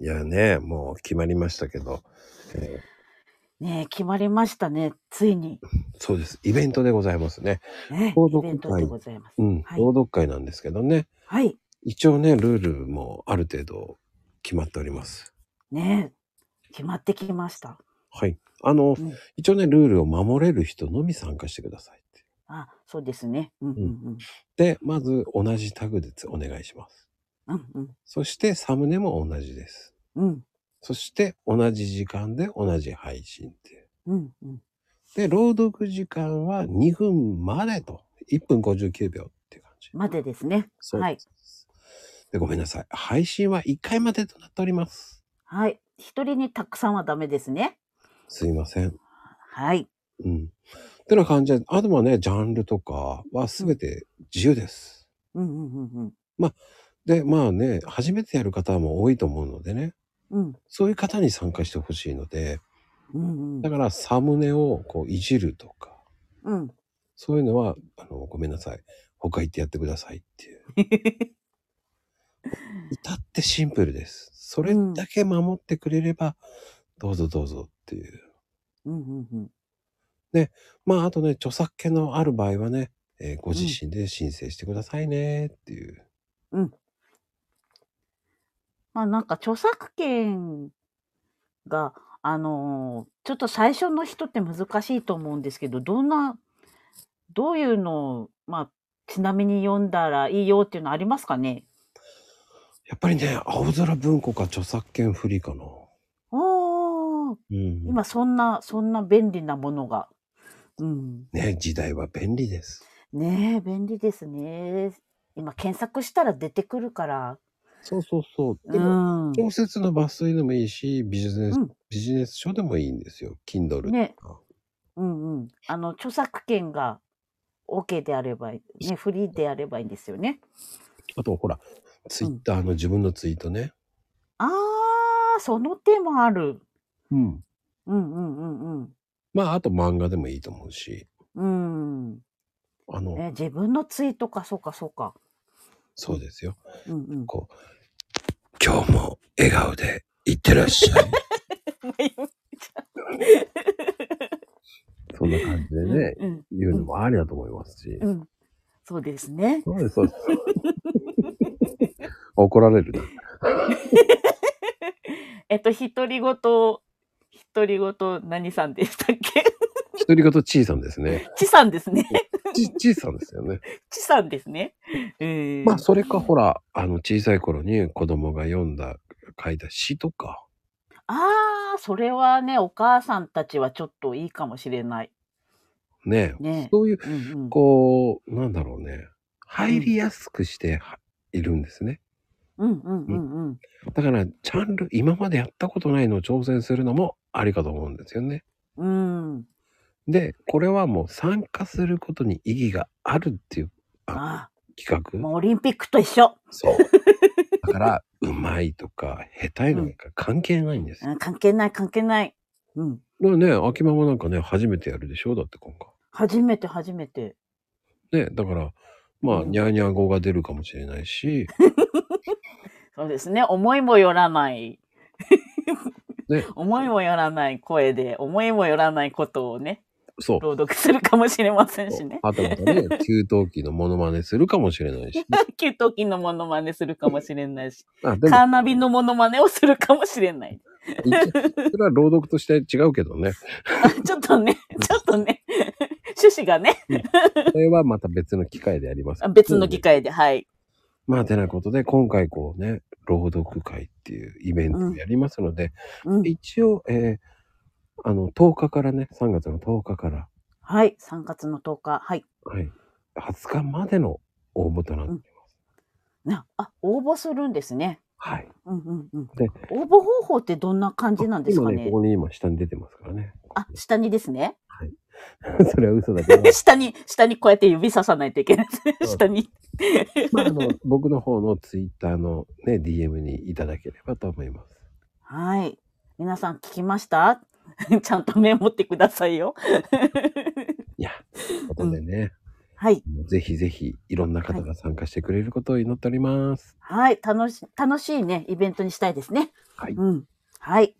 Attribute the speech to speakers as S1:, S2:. S1: いやね、もう決まりましたけど、え
S2: ねえ、決まりましたね。ついに。
S1: ーそうです。イベントでございますね。
S2: ね、
S1: 朗読
S2: イベントでございます。
S1: うん、
S2: はい
S1: 朗読会なんですけどね。
S2: はい。
S1: 一応ね、ルールもある程度決まっております。
S2: ねえ、決まってきました。
S1: はい。あの、
S2: うん
S1: 一応ね、ルールを守れる人のみ参加してくださいって。
S2: あ、そうですね。うんうんうん。
S1: で、まず同じタグでお願いします。
S2: うんうん。
S1: そして、サムネも同じです。
S2: うん
S1: そして、同じ時間で同じ配信っていう。
S2: うんうん。
S1: で、朗読時間は2分までと。1分59秒っていう感じ。
S2: までですね。
S1: そう
S2: はい
S1: です。で、ごめんなさい。配信は1回までとなっております。
S2: はい。一人にたくさんはダメですね。
S1: すいません。
S2: はい。
S1: うん。ってな感じで、あとはね、ジャンルとかは全て自由です。
S2: うんうんうん
S1: で、まあね、初めてやる方も多いと思うのでね、
S2: うん。
S1: そういう方に参加してほしいので、
S2: うんうんう
S1: だ
S2: ん。
S1: からサムネをこういじるとか、
S2: うん。
S1: そういうのは、あの、ごめんなさい。他行ってやってくださいっていう。至ってシンプルです。それだけ守ってくれれば、どうぞどうぞっていう。
S2: うんうんうん。
S1: まあ、あとね、著作権のある場合はね、えーご自身で申請してくださいねっていう。
S2: まあなんか著作権が、あのーちょっと最初の人って難しいと思うんですけど、どんな、どういうのを、まあ、ちなみに読んだらいいよっていうのありますかね
S1: やっぱりね、青空文庫か著作権不利かな。
S2: おー、
S1: うん
S2: 今そんな、そんな便利なものが。うん。
S1: ね、時代は便利です。
S2: ねえ、便利ですね。今検索したら出てくるから。
S1: そうそうそう。
S2: う
S1: でも、
S2: ん。
S1: 小説の抜粋でもいいし、ビジネス、
S2: うん
S1: ビジネス書でもいいんですよ。Kindle とか。
S2: ねうんうん。あの、著作権が OK であればいい、ね、フリーであればいいんですよね。
S1: あと、ほら、ツイッターの自分のツイートね。
S2: あー、その手もある。
S1: うん。
S2: うんうんうん
S1: まあ、あと漫画でもいいと思うし、
S2: うん。うん。
S1: あの、
S2: え、自分のツイートか、そうか、そうか。
S1: そうですよ。
S2: うんうん。
S1: こう、今日も笑顔でいってらっしゃい。 そんな感じでね、
S2: うんうん
S1: 言うのもありだと思いますし。
S2: うん。そうですね。
S1: そうです、そうです。 怒られるな。
S2: えっと、独り言、独り言、何さんでしたっ け
S1: 独り言ちいさんですね。
S2: ちさんですね。
S1: ち、ちいさんですよね。
S2: ちさんですね。うん。
S1: まあ、それかほら、あの、小さい頃に子供が読んだ、書いた詩とか。
S2: あー、それはね、お母さんたちはちょっといいかもしれない。
S1: ね
S2: ね
S1: そういう、
S2: うんうん。
S1: こう、なんだろうね。入りやすくしてはいるんですね。
S2: うんうんうんうん。
S1: だから、ジャンル、今までやったことないのを挑戦するのもありかと思うんですよね。
S2: うん。
S1: で、これはもう参加することに意義があるっていう
S2: あ
S1: 企
S2: あ、
S1: 画。
S2: もうオリンピックと一緒。
S1: そう。だから、うまいとか、下手いなんか関係ないんです
S2: う
S1: よ。
S2: ん、関係ない、関係ない。うん。
S1: だからね、秋ママなんかね、初めてやるでしょだって今
S2: 初めて、初めて。
S1: 回。ね、だから、まあ、
S2: うん
S1: ニャーニャー語が出るかもしれない し、
S2: そうですね。思いもよらない。
S1: ね、
S2: 思いもよらない声で、思いもよらないことをね、
S1: そう。
S2: 朗読するかもしれませんしね。
S1: あとまたね、給湯器のモノマネするかもしれないし、ね。
S2: 給湯器のモノマネするかもしれないし、
S1: あ、 でも、
S2: カーナビのモノマネをするかもしれない。
S1: 一応それは朗読として違うけどね。
S2: あちょっとね、ちょっとね、 趣旨がね、
S1: それはまた別の機会でやります。
S2: 別の機。会で、はい。
S1: まあ、てなことで、今回こうね、朗読会っていうイベントをやりますので、
S2: うん
S1: 一応、えーあの、10日からね、3月の10日から、
S2: はい、3月の10日、はい。
S1: はい、20日までの応募となって、
S2: うんなあ、応募するんですね。
S1: はい。
S2: うんうんうん
S1: で。
S2: 応募方法ってどんな感じなんですか
S1: 今ね、
S2: ね
S1: こ。こに今下に出てますからね。
S2: あ、下にですね。、
S1: それは嘘だけど
S2: 下に、下にこうやって指ささないといけないですね。
S1: うん
S2: 下に。
S1: まあ、あの、 僕の方のツイッターのね、DM にいただければと思います。
S2: はい。皆さん聞きました ちゃんとメモってくださいよ。
S1: いや、ということでね、
S2: はい。
S1: ぜひぜひ、いろんな方が参加してくれることを祈っております。
S2: はい。楽し、楽しいね、イベントにしたいですね。
S1: はい
S2: うん。はい。